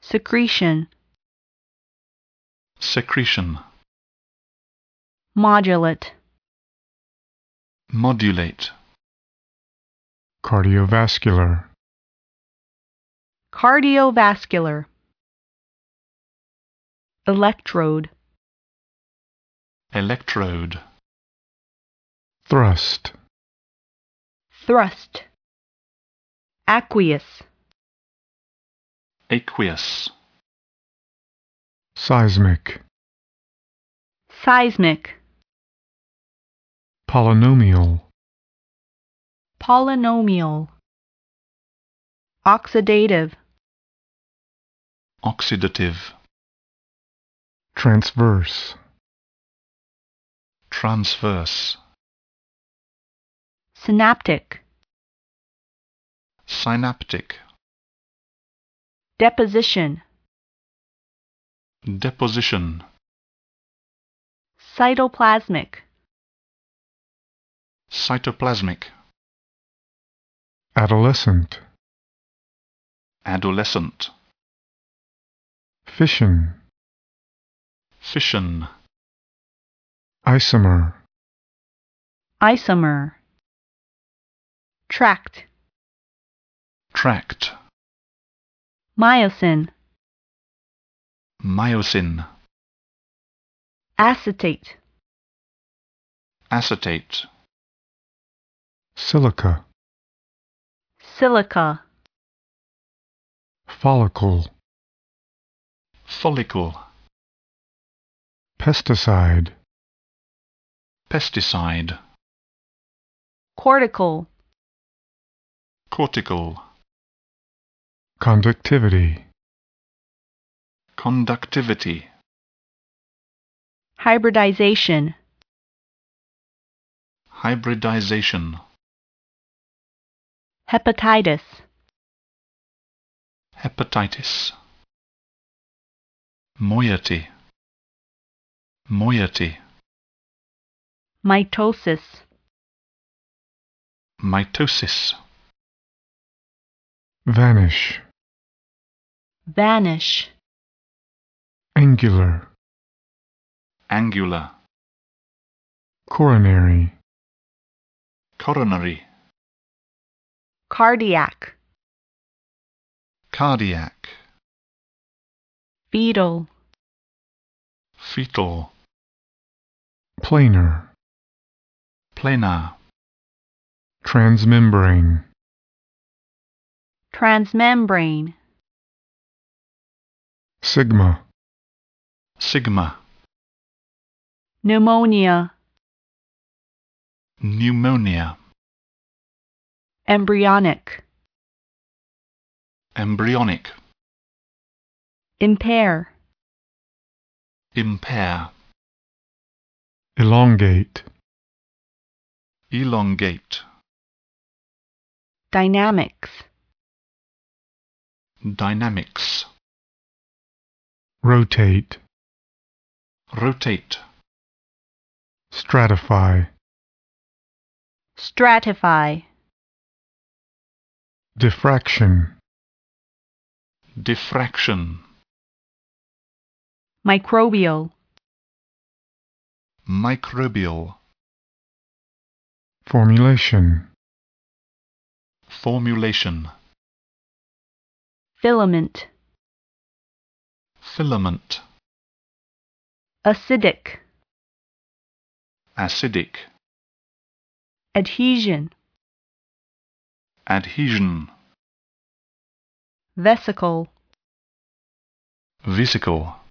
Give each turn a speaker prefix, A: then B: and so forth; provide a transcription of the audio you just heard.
A: secretion,
B: secretion,
A: modulate,
B: modulate,
C: cardiovascular,
A: cardiovascular, electrode,
B: electrode,
C: thrust,
A: thrust, aqueous,
B: aqueous,
C: seismic,
A: seismic,
C: polynomial,
A: polynomial, oxidative,
B: oxidative,
C: transverse,
B: transverse,
A: synaptic,
B: synaptic,
A: deposition,
B: deposition,
A: cytoplasmic,
B: cytoplasmic,
C: adolescent,
B: adolescent,
C: fission,
B: fission,
C: isomer,
A: isomer, tract,
B: tract,
A: myosin,
B: myosin,
A: acetate,
B: acetate,
C: silica,
A: silica,
C: follicle,
B: follicle,
C: pesticide,
B: pesticide,
A: cortical,
B: cortical,
C: conductivity,
B: conductivity,
A: hybridization,
B: hybridization,
A: hepatitis,
B: hepatitis, moiety, moiety,
A: mitosis,
B: mitosis,
C: vanish,
A: vanish,
C: angular,
B: angular,
C: coronary,
B: coronary,
A: cardiac,
B: cardiac,
A: fetal,
B: fetal,
C: planar,
B: planar,
C: transmembrane,
A: transmembrane,
C: sigma,
B: sigma,
A: pneumonia,
B: pneumonia,
A: embryonic,
B: embryonic,
A: impair,
B: impair,
C: elongate,
B: elongate,
A: dynamics,
B: dynamics,
C: rotate,
B: rotate,
C: stratify,
A: stratify,
C: diffraction,
B: diffraction,
A: microbial,
B: microbial,
C: formulation,
B: formulation,
A: filament,
B: filament,
A: acidic,
B: acidic,
A: adhesion,
B: adhesion,
A: vesicle,
B: vesicle,